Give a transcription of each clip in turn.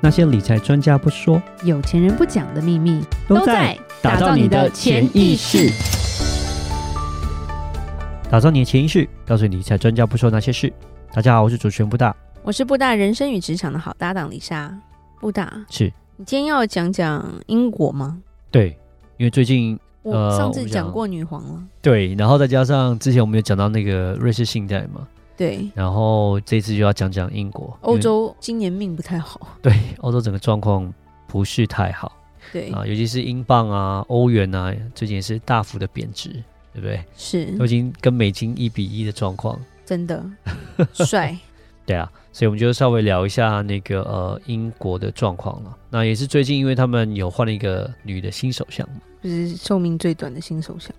那些理财专家不说，有钱人不讲的秘密打造你的潜意识。打造你的潜意识，告诉你理财专家不说那些事。大家好，我是主持人布大，我是布大人生与职场的好搭档李莎。布大，是你今天要讲讲英国吗？对，因为最近我呃上我次想讲过女皇了，对，然后再加上之前我们有讲到那个瑞士信贷嘛，对，然后这次就要讲讲英国，欧因为洲今年命不太好，对欧洲整个状况不是太好对，啊，尤其是英镑啊、欧元啊，最近也是大幅的贬值，对不对？是都已经跟美金一比一的状况。真的 帅，对啊，所以我们就稍微聊一下那个呃英国的状况了。那也是最近，因为他们有换了一个女的新首相嘛， 就是寿命最短的新首相，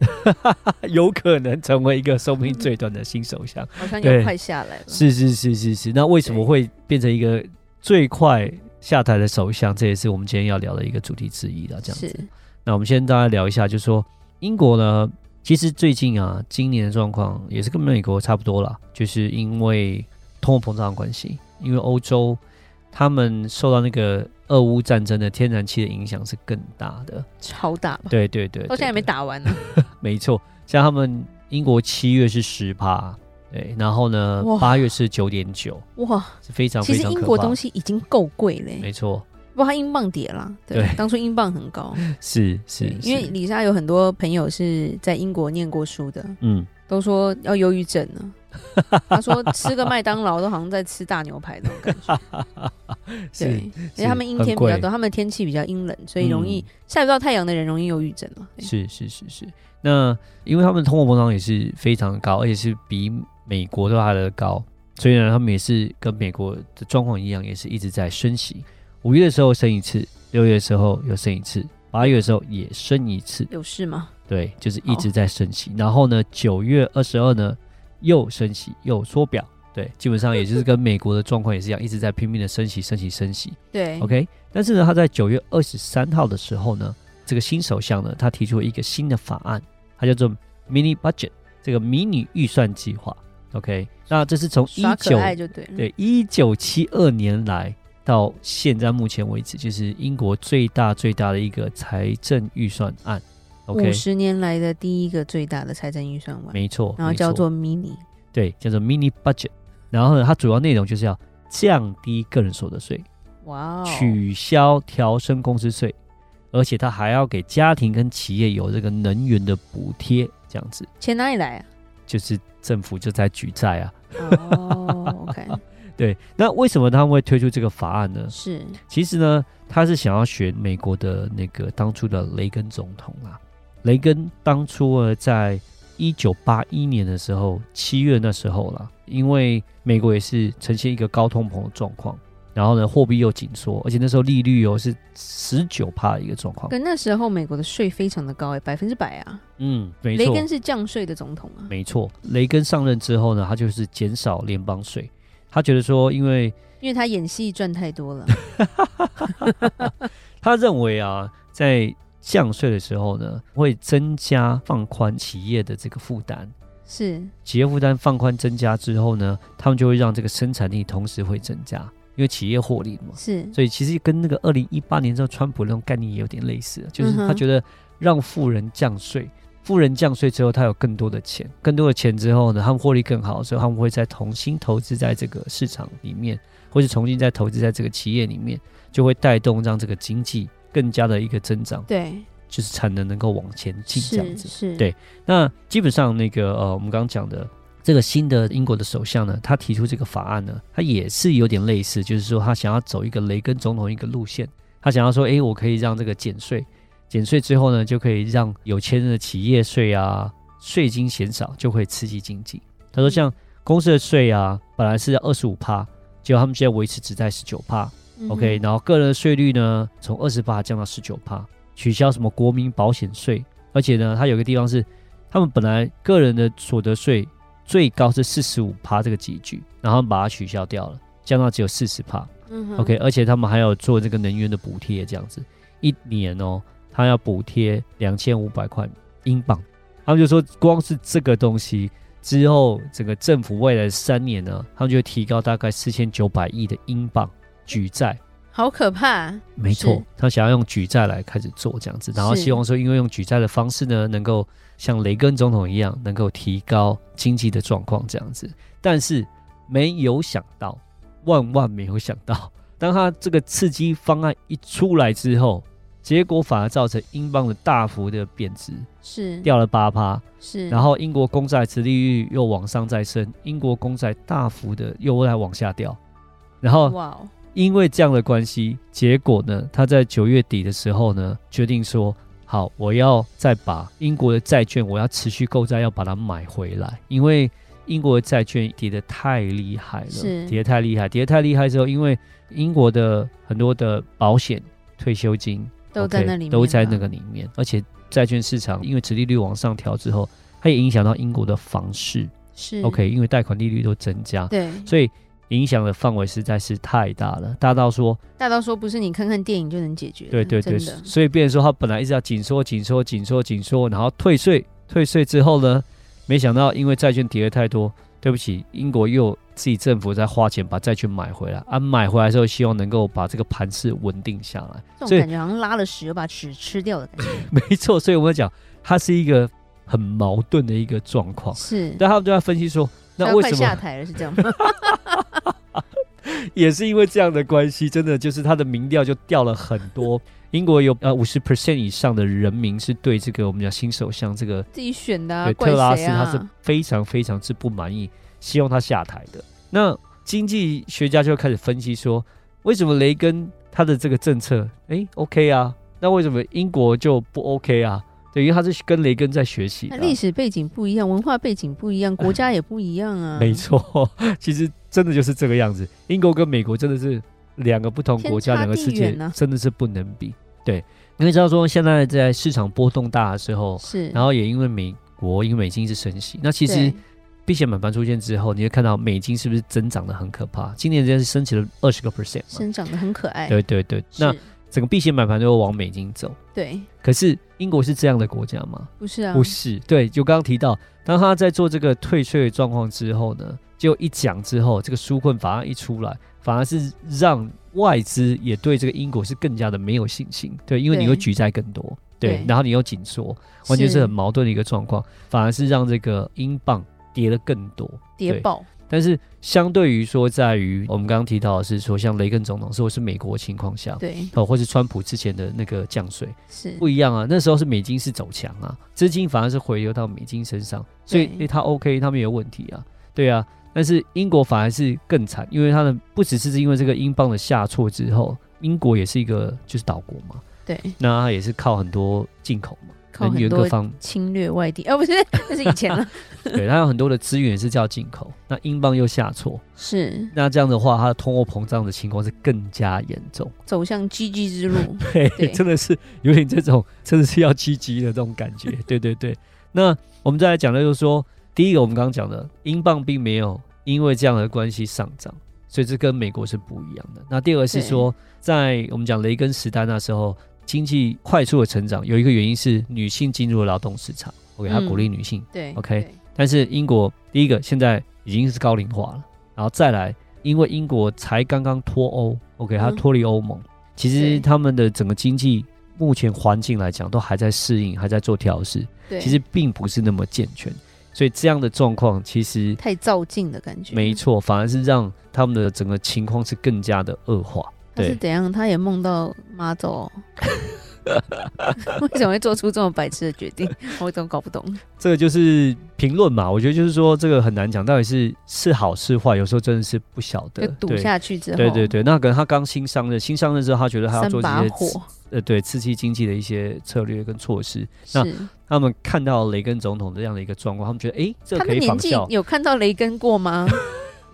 有可能成为一个寿命最短的新首相。好像对也快下来了。是是是是是。那为什么会变成一个最快下台的首相？这也是我们今天要聊的一个主题之一啦。这样子。是那我们先大家聊一下，就说英国呢，其实最近啊，今年的状况也是跟美国差不多啦，就是因为通货膨胀的关系，因为欧洲他们受到那个俄乌战争的天然气的影响是更大的。超大吧？对对对到现在还没对打 完呢，没错，像他们英国七月是十趴，对，然后呢哇八月是九点九，哇！是非常其非实常英可国怕东的。西已经够贵嘞、没错，不过它英镑跌啦，对，对当初英镑很高，是是对，，因为是李莎有很多朋友是在英国念过书的，嗯，都说要忧郁症 呢。他说吃个麦当劳都好像在吃大牛排那种感觉， 对是，而且他们阴天比较多，他们天气比较阴冷，所以容易嗯晒不到太阳的人容易忧郁症了。对是是是是。那因为他们通货膨胀也是非常高，而且是比美国都还来得高，所以呢，他们也是跟美国的状况一样，也是一直在升息。五月的时候升一次，六月的时候又升一次，八月的时候也升一次，有事吗？对，就是一直在升息。然后呢，九月二十二呢又升息又缩表，对，基本上也就是跟美国的状况也是一样，一直在拼命的升息升息升息。对 OK，但是呢，他在九月二十三号的时候呢，这个新首相呢，他提出了一个新的法案，它叫做 Mini Budget，这个迷你预算计划。OK，那这是从一耍可九爱就对了。对一九七二年来到现在目前为止，就是英国最大最大的一个财政预算案。OK，五十年来的第一个最大的财政预算案，没错，然后没错叫做 mini，对叫做 Mini Budget，然后呢，它主要内容就是要降低个人所得税。哇哦，取消调升公司税，而且他还要给家庭跟企业有这个能源的补贴，这样子钱哪里来啊？就是政府就在举债啊。 哦，OK，对，那为什么他们会推出这个法案呢？是其实呢，他是想要学美国的那个当初的雷根总统啊。雷根当初呢，在一九八一年的时候，七月那时候啦，因为美国也是呈现一个高通膨的状况，然后呢，货币又紧缩，而且那时候利率哦是十九帕的一个状况。 可那时候美国的税非常的高哎、百分之百啊！嗯，没雷错，根是降税的总统啊，没错。雷根上任之后呢，他就是减少联邦税。他觉得说，因为因为他演戏赚太 多了。他认为啊，在降税的时候呢，会增加放宽企业的这个负担。是企业负担放宽增加之后呢，他们就会让这个生产力同时会增加，因为企业获利嘛。是，所以其实跟那个二零一八年之后川普那种概念也有点类似，就是嗯他哼觉得让富人降税，富人降税之后他有更多的钱，更多的钱之后呢，他们获利更好，所以他们会再重新投资在这个市场里面，或是重新再投资在这个企业里面，就会带动让这个经济更加的一个增长，对，就是产能能够往前进这样是子。是，对那基本上那个呃，我们刚刚讲的这个新的英国的首相呢，他提出这个法案呢，他也是有点类似，就是说他想要走一个雷根总统一个路线，他想要说，诶，我可以让这个减税，减税之后呢，就可以让有钱人的企业税啊，税金减少，就会刺激经济。他说，像公司的税啊，本来是要二十五趴，结果他们现在维持只在十九趴，嗯 OK，然后个人税率呢，从二十八降到十九趴，取消什么国民保险税，而且呢，它有个地方是，他们本来个人的所得税最高是四十五趴这个集聚，然后把它取消掉了，降到只有四十趴。嗯哼 OK，而且他们还有做这个能源的补贴，这样子一年哦，他要补贴两千五百块英镑。他们就说，光是这个东西之后，整个政府未来三年呢，他们就会提高大概四千九百亿的英镑举债。好可怕、啊没错是，他想要用举债来开始做这样子，然后是希望说，因为用举债的方式呢，能够像雷根总统一样，能够提高经济的状况这样子。但是没有想到，万万没有想到，当他这个刺激方案一出来之后，结果反而造成英镑的大幅的贬值，嗯是掉了八趴，是，然后英国公债殖利率又往上再升，英国公债大幅的又来往下掉，然后哇哦，因为这样的关系，结果呢，他在九月底的时候呢，决定说，好，我要再把英国的债券，我要持续购债，要把它买回来，因为英国的债券跌得太厉害是了，跌得太厉害，跌得太厉害之后，因为英国的很多的保险、退休金都 OK，在那里面都在那了个里面，而且债券市场因为殖利率往上调之后，它也影响到英国的房市是，OK，因为贷款利率都增加，对，所以影响的范围实在是太大了，大到说，大到说不是你看看电影就能解决的，对对对，真的所以变成说他本来一直要紧缩、紧缩、紧缩、紧缩，然后退税，退税之后呢，没想到因为债券跌得太多，对不起，英国又自己政府在花钱把债券买回来，啊，买回来之后希望能够把这个盘势稳定下来， 这所以种感觉好像拉了屎又把屎吃掉的感觉，没错，所以我们讲它是一个很矛盾的一个状况，是，哦但他们就在分析说，那他为快什下么台了是这样吗？也是因为这样的关系，真的就是他的民调就掉了很多。 英国有呃五十 percent 以上的人民是对这个我们讲新首相这个、自己选的、啊，对怪特拉斯谁他是啊？非常非常之不满意，希望他下台的。那经济学家就开始分析说，为什么雷根他的这个政策诶 OK 啊，那为什么英国就不 OK 啊？对，因为他是跟雷根在学习的那啊、历史背景不一样，文化背景不一样，国家也不一样啊，没错， 其实真的就是这个样子。英国跟美国真的是两个不同国家、天差两个世界地远啊，真的是不能比。对，因为知道说现在在市场波动大的时候，是，然后也因为美国因为美金是升息，那其实对避险买盘出现之后，你会看到美金是不是增长的很可怕？今年真是升起了二十个 percent 嘛。生长得很可爱，对对对，是，那整个避险买盘都会往美金走。对，可是英国是这样的国家吗？不是啊，不是，对，就刚刚提到，当他在做这个退税的状况之后呢，就一讲之后，这个纾困法案一出来，反而是让外资也对这个英国是更加的没有信心，对，因为你对又举债更多，对，对然后你又紧缩，完全是是很矛盾的一个状况，反而是让这个英镑跌得更多。谍对报，但是相对于说，在于我们刚刚提到的是说，像雷根总统说是美国的情况下，对，哦，或是川普之前的那个降税，是不一样啊，那时候是美金是走强啊，资金反而是回流到美金身上，所以对诶、他 OK，他没有问题啊，对啊。但是英国反而是更惨，因为他的不只是因为这个英镑的下挫之后，英国也是一个就是岛国嘛，对，那它也是靠很多进口嘛，靠能很源多各 方，侵略外地，哦，不是，那是以 前了，对，它有很多的资源也是叫进口。那英镑又下挫，是那这样的话，它的通货膨胀的情况是更加严重。走向 GG 之路， 对，对真的是有点这种，真的是要积极的这种感 觉。对对对。那我们再来讲的就是说，第一个我们刚刚讲的，英镑并没有因为这样的关系上涨，所以这跟美国是不一样的。那第二个是说，在我们讲雷根时代那时候，经济快速的成长，有一个原因是女性进入了劳动市场，OK，他嗯鼓励女性。对 OK 对但是英国第一个现在已经是高龄化了，然后再来，因为英国才刚刚脱欧，OK，它嗯脱离欧盟，其对实他们的整个经济目前环境来讲都还在适应，还在做调试，对，其实并不是那么健全，所以这样的状况其实太照镜的感觉，没错，反而是让他们的整个情况是更加的恶化。他是对，怎样？他也梦到妈祖 哦、为什么会做出这么白痴的决定？ 我怎么搞不懂？这个就是评论嘛，我觉得就是说这个很难讲，到底是是好是坏，有时候真的是不晓就得。赌对下去之后，对对对，那可能他刚新上任，新上任之后，他觉得他要三做这把些火刺呃对刺激经济的一些策略跟措施。那是。他们看到雷根总统这样的一个状况，他们觉得诶，这他可们以年仿纪效。有看到雷根过吗？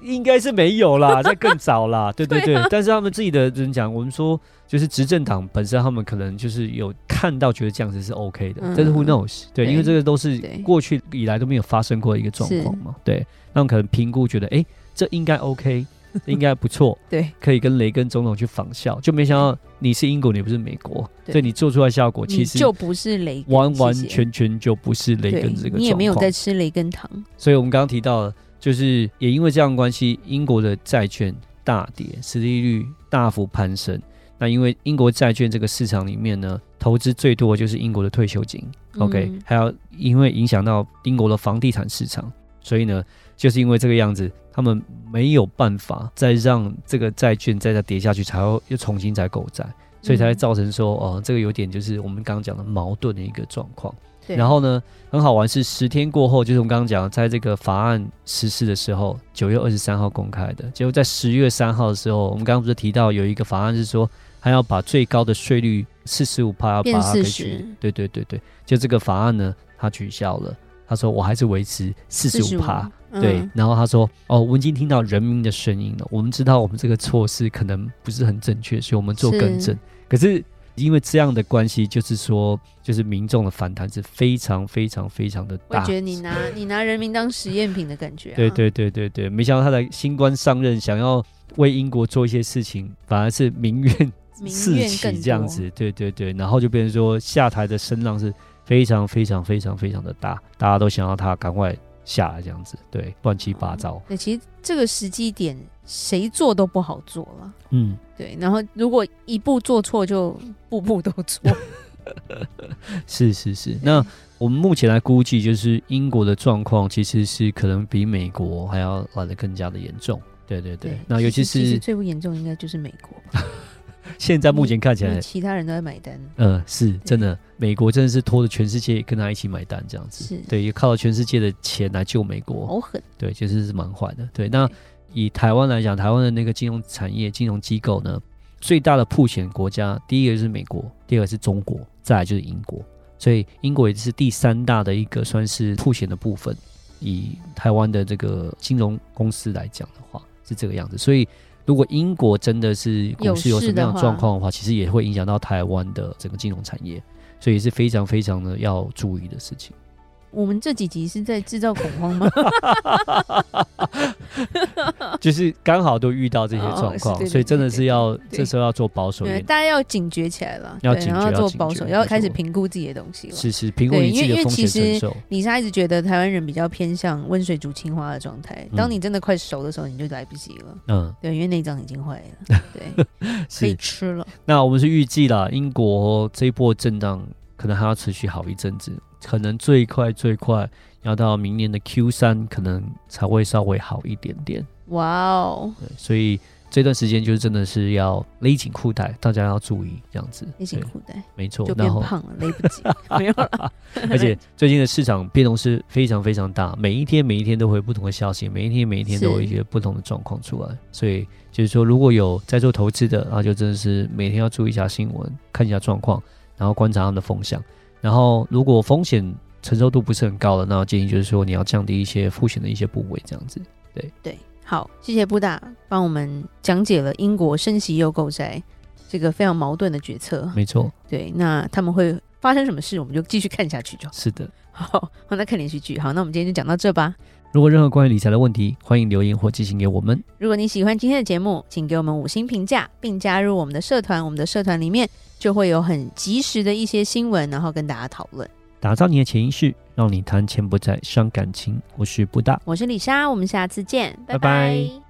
应该是没有啦，在更早 啦，对对对。啊但是他们自己的人讲，我们说就是执政党本身，他们可能就是有看到觉得这样子是 OK 的，嗯但是 who knows？对，对因为这个都是对过去以来都没有发生过的一个状况嘛，对。那我们可能评估觉得，哎，这应该 OK，应该不错，对，可以跟雷根总统去仿效，就没想到你是英国，你不是美国，对所以你做出来效果其你实就不是雷根，完完谢谢全全就不是雷根对这个状况。你也没有在吃雷根糖，所以我们刚刚提到了，就是也因为这样的关系，英国的债券大跌，实利率大幅攀升。那因为英国债券这个市场里面呢，投资最多的就是英国的退休金。OK，嗯还有因为影响到英国的房地产市场，所以呢，就是因为这个样子，他们没有办法再让这个债券再再跌下去，才要又重新再购债，所以才会嗯造成说，哦、这个有点就是我们刚刚讲的矛盾的一个状况。对然后呢，很好玩是十天过后，就是我们刚刚讲的，在这个法案实施的时候，九月二十三号公开的，结果在十月三号的时候，我们刚刚不是提到有一个法案是说，还要把最高的税率四十五趴要把变它给40取，对对对对，就这个法案呢，他取消了。他说我还是维持四十五趴，， 45对。嗯然后他说哦，我已经听到人民的声音了，我们知道我们这个措施可能不是很正确，所以我们做更正是。可是因为这样的关系，就是说，就是民众的反弹是非常非常非常的我也大觉。得你拿你拿人民当实验品的感觉、啊，对对对对对，没想到他的新官上任，想要为英国做一些事情，反而是民 怨民四怨起更这样多，子，对对对，然后就变成说下台的声浪是非常非常非常非常的大，大家都想要他赶快下来这样子，对，乱七八糟，对，其实这个时机点谁做都不好做了。嗯，对，然后如果一步做错，就步步都错。是是是。那我们目前来估计，就是英国的状况其实是可能比美国还要来的更加的严重，对对对。那尤其其实是最不严重应该就是美国吧，现在目前看起因来为，其他人都在买单。呃，是真的，美国真的是拖着全世界跟他一起买单这样子，是对，也靠全世界的钱来救美国，好狠，对，其实是蛮坏的。对，那对以台湾来讲，台湾的那个金融产业、金融机构呢，最大的曝险国家，第一个就是美国，第二个是中国，再来就是英国。所以英国也是第三大的一个算是曝险的部分。以台湾的这个金融公司来讲的话，是这个样子。所以如果英国真的是股市有有事什么样的的话状况的话，其实也会影响到台湾的整个金融产业，所以也是非常非常的要注意的事情。我们这几集是在制造恐 慌吗？就是刚好都遇到这些状况，哦是对所以真的是要对这时候要做保守一对，点，大家要警觉起来了，要对警然觉后要做警保觉守，没要开始错评估自己的东西了。是是评估对你自己因的为风险因承为其实受，李莎一直觉得台湾人比较偏向温水煮青蛙的状态，当嗯你真的快熟的时候，你就来不及了。嗯，对，因为内脏已经坏 了，对，可以是。吃了。那我们是预计啦，英国这一波震荡可能还要持续好一阵子，可能最快最快要到明年的 Q 三，可能才会稍微好一点点。哇哦，对，所以这段时间就是真的是要勒紧裤带，大家要注意这样子。勒紧对裤带没错就，变然后胖了，勒不及，没有了。 而且最近的市场变动是非常非常大，每一天每一天都会有不同的消息，每一天每一天都有是一些不同的状况出来。所以就是说，如果有在做投资的，那就真的是每天要注意一下新闻，看一下状况，然后观察他们的风向。然后如果风险承受度不是很高的，那建议就是说你要降低一些风险的一些部位，这样子。对，好，谢谢布大帮我们讲解了英国升息又购债这个非常矛盾的决策。没错，啊对，那他们会发生什么事，我们就继续看下去就好。是的。好，好那看连续剧。好，那我们今天就讲到这吧。如果任何关于理财的问题，欢迎留言或寄信给我们。如果你喜欢今天的节目，请给我们五星评价，并加入我们的社团。我们的社团里面就会有很及时的一些新闻，然后跟大家讨论。打造你的潜意识，让你谈钱不再伤感情。我是布大。我是李莎，我们下次见，拜拜拜拜